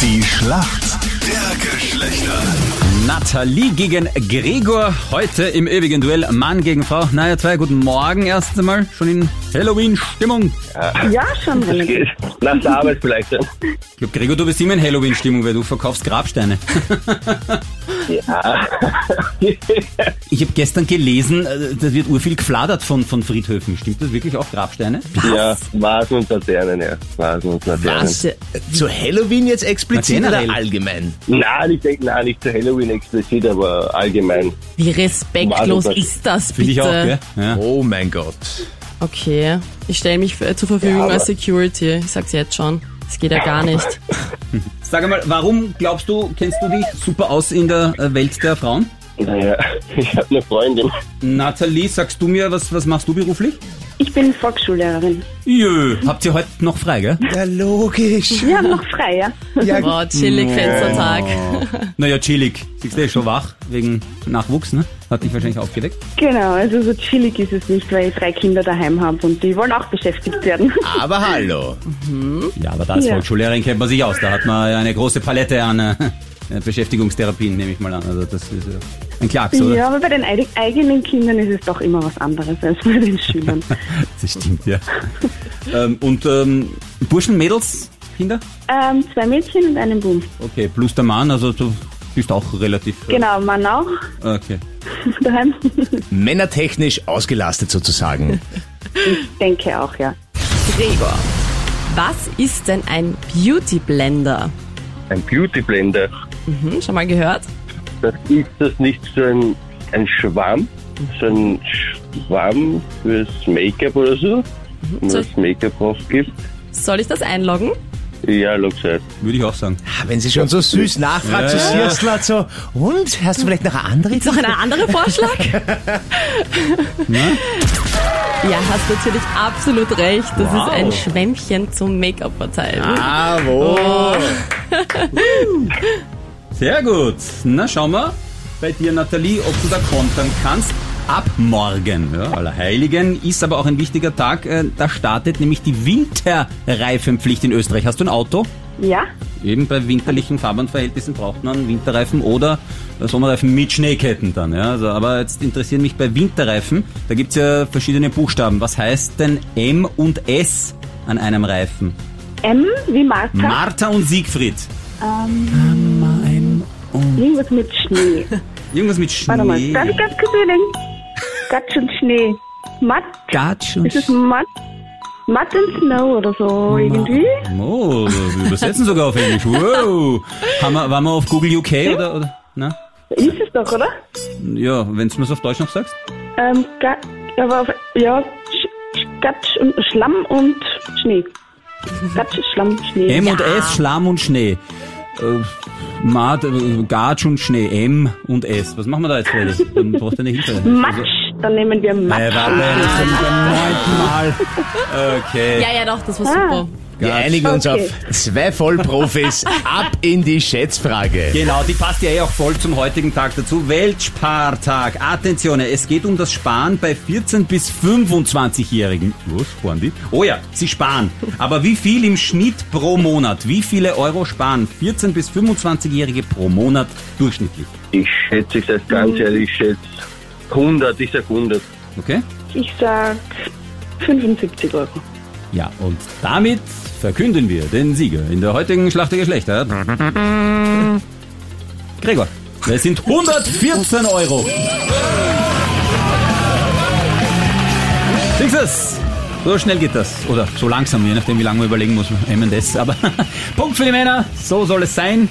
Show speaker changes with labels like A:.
A: Die Schlacht der Geschlechter.
B: Nathalie gegen Gregor, heute im ewigen Duell Mann gegen Frau. Naja, zwei, guten Morgen erst einmal, schon in Halloween-Stimmung.
C: Ja, schon
D: Das
C: relativ.
D: geht. Nach der Arbeit vielleicht.
B: Ich glaube, Gregor, du bist immer in Halloween-Stimmung, weil du verkaufst Grabsteine.
D: Ja.
B: Ich habe gestern gelesen, äh, da wird urviel gefladert von, von Friedhöfen. Stimmt das wirklich auch, Grabsteine?
D: ja, Vasen und Laternen, ja. Vasen und Laternen.
E: Was? Zu Halloween jetzt explizit
B: Na,
E: oder
B: generell.
E: allgemein?
D: Nein, ich denke, nein, nicht zu Halloween explizit, aber allgemein.
F: Wie respektlos
D: Warte,
F: ist das bitte?
B: Finde ich auch, gell? Ja.
E: Oh mein Gott.
F: Okay, ich stelle mich für- zur Verfügung
D: Ja, aber-
F: als Security. Ich sag's jetzt schon. Das geht ja gar nicht.
B: Sag einmal, warum glaubst du, kennst du dich super aus in der äh, Welt der Frauen?
D: Naja, ich habe eine Freundin.
B: Nathalie, sagst du mir, was, was machst du beruflich?
C: Ich bin Volksschullehrerin.
B: Jö. Habt ihr heute noch frei, gell?
E: Ja, logisch.
C: Wir haben noch frei, ja?
F: Wow, chillig, Fenstertag.
B: Naja, chillig. Siehst du, eh schon wach wegen Nachwuchs, ne? Hat dich wahrscheinlich aufgeweckt.
C: Genau, also so chillig ist es nicht, weil ich drei Kinder daheim habe und die wollen auch beschäftigt werden.
E: Aber hallo.
B: Ja, aber da als
C: Ja.
B: Volksschullehrerin kennt man sich aus. Da hat man ja eine große Palette an äh, Beschäftigungstherapien, nehme ich mal an. Also das ist ja ein Klacks, oder?
C: Ja, aber bei den eide- eigenen Kindern ist es doch immer was anderes als bei den Schülern.
B: Das stimmt, ja. ähm, und ähm, Burschen, Mädels, Kinder?
C: ähm, zwei Mädchen und einen Boom.
B: Okay, plus der Mann, also du bist auch relativ... äh,
C: Genau, Mann auch
B: Okay.
C: daheim.
E: Männertechnisch ausgelastet sozusagen.
C: Denke auch, ja.
F: Gregor, was ist denn ein Beauty Blender?
D: Ein Beauty Blender.
F: Hm, schon mal gehört?
D: Das ist das nicht so ein, ein Schwamm? So ein Schwamm fürs Make-up oder so? Wenn
F: So-
D: das Make-up aufgibt.
F: Soll ich das einloggen?
D: Ja, Luxus.
B: Würde ich auch sagen.
E: Ah, Wenn sie schon so süß nachfragt, so
B: Ja.
E: Sierslat, so, und, hast du vielleicht noch eine andere
F: Gibt's noch einen anderen Vorschlag? ja, hast natürlich absolut recht. Das ist ein Schwämmchen zum Make-up verteilen.
E: Ah, Bravo.
B: Sehr gut. Na, schauen wir bei dir, Nathalie, ob du da kontern kannst. Ab morgen, ja, Allerheiligen, ist aber auch ein wichtiger Tag. äh, Da startet nämlich die Winterreifenpflicht in Österreich. Hast du ein Auto?
C: Ja?
B: Eben bei winterlichen Fahrbahnverhältnissen braucht man Winterreifen oder äh, Sommerreifen mit Schneeketten dann. Ja. Also, aber jetzt interessieren mich bei Winterreifen, da gibt's ja verschiedene Buchstaben. Was heißt denn M und S an einem Reifen?
C: M wie Martha.
B: Martha und Siegfried.
C: Irgendwas mit Schnee.
B: Irgendwas mit Schnee.
C: Warte mal, darf ich ganz kurz überlegen? Gatsch und Schnee. Matt?
B: Gatsch und
C: Ist es Matt? Matt and Snow oder so irgendwie?
B: Oh, wir übersetzen sogar auf Englisch. Wow. Haben wir, waren wir auf Google UK oder? oder? Na?
C: Ist es doch, oder?
B: Ja, wenn du es auf Deutsch noch sagst.
C: Ähm, Ga aber auf, ja, Sch Sch- Gatsch und Schlamm und Schnee. Gatsch, Schlamm, Schnee.
B: M und S, Schlamm und Schnee. Äh, Mart, äh, Gatsch und Schnee. M und S. Was machen wir da jetzt, Freddy? Dann braucht er eine Hilfe.
C: Matsch, dann nehmen wir Matsch.
B: Äh, warte,
E: Ah.
B: das ist schon beim neunten Mal. Okay.
F: Ja, ja, doch, das war super.
E: Wir einigen uns
C: Okay.
E: auf zwei Vollprofis. Ab in die Schätzfrage.
B: Genau, die passt ja eh auch voll zum heutigen Tag dazu. Weltspartag. Attenzione, es geht um das Sparen bei 14- bis 25-Jährigen. Was sparen die? Oh ja, sie sparen. Aber wie viel im Schnitt pro Monat? Wie viele Euro sparen 14- bis 25-Jährige pro Monat durchschnittlich?
D: Ich schätze, ich sage ganz ehrlich, ich schätze 100, ich sag 100.
B: Okay?
C: Ich sag 75 Euro.
B: Ja, und damit verkünden wir den Sieger in der heutigen Schlacht der Geschlechter. Gregor, es sind 114 Euro. Sixes! So schnell geht das. Oder so langsam, je nachdem, wie lange man überlegen muss. M&S. Aber Punkt für die Männer. So soll es sein.